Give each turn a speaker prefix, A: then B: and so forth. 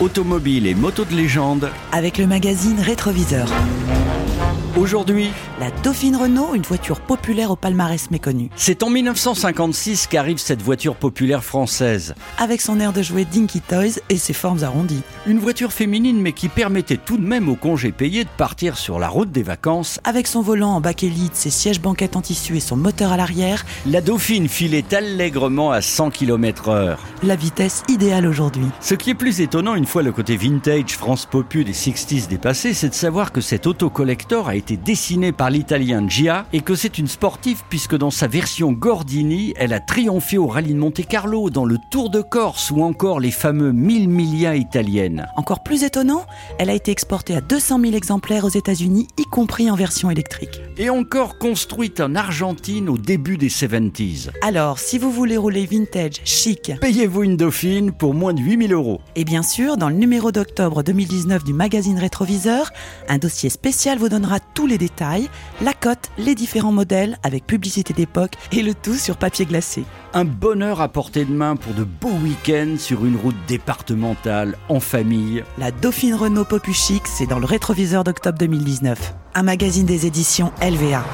A: automobiles et motos de légende.
B: avec le magazine Rétroviseur.
A: Aujourd'hui,
B: La Dauphine Renault, une voiture populaire au palmarès méconnu.
A: c'est en 1956 qu'arrive cette voiture populaire française.
B: Avec son air de jouer Dinky Toys et ses formes arrondies.
A: Une voiture féminine mais qui permettait tout de même aux congés payés de partir sur la route des vacances.
B: Avec son volant en bac élite, ses sièges banquettes en tissu et son moteur à l'arrière,
A: La Dauphine filait allègrement à 100 km heure.
B: la vitesse idéale aujourd'hui.
A: Ce qui est plus étonnant une fois le côté vintage France Popu des 60s dépassé, c'est de savoir que cet autocollector a été dessiné par l'italien Gia et que c'est une sportive puisque dans sa version Gordini, elle a triomphé au rallye de Monte Carlo, dans le Tour de Corse ou encore les fameux 1000 milia italiennes.
B: Encore plus étonnant, elle a été exportée à 200 000 exemplaires aux États-Unis, y compris en version électrique.
A: Et encore construite en Argentine au début des 70s.
B: Alors, si vous voulez rouler vintage, chic,
A: Payez-vous une Dauphine pour moins de 8000 euros.
B: et bien sûr, dans le numéro d'octobre 2019 du magazine Rétroviseur, un dossier spécial vous donnera tous les détails, la cote, les différents modèles, avec publicité d'époque, et le tout sur papier glacé.
A: Un bonheur à portée de main pour de beaux week-ends sur une route départementale, en famille.
B: La Dauphine Renault Popu Chic, c'est dans le Rétroviseur d'octobre 2019. Un magazine des éditions LVA.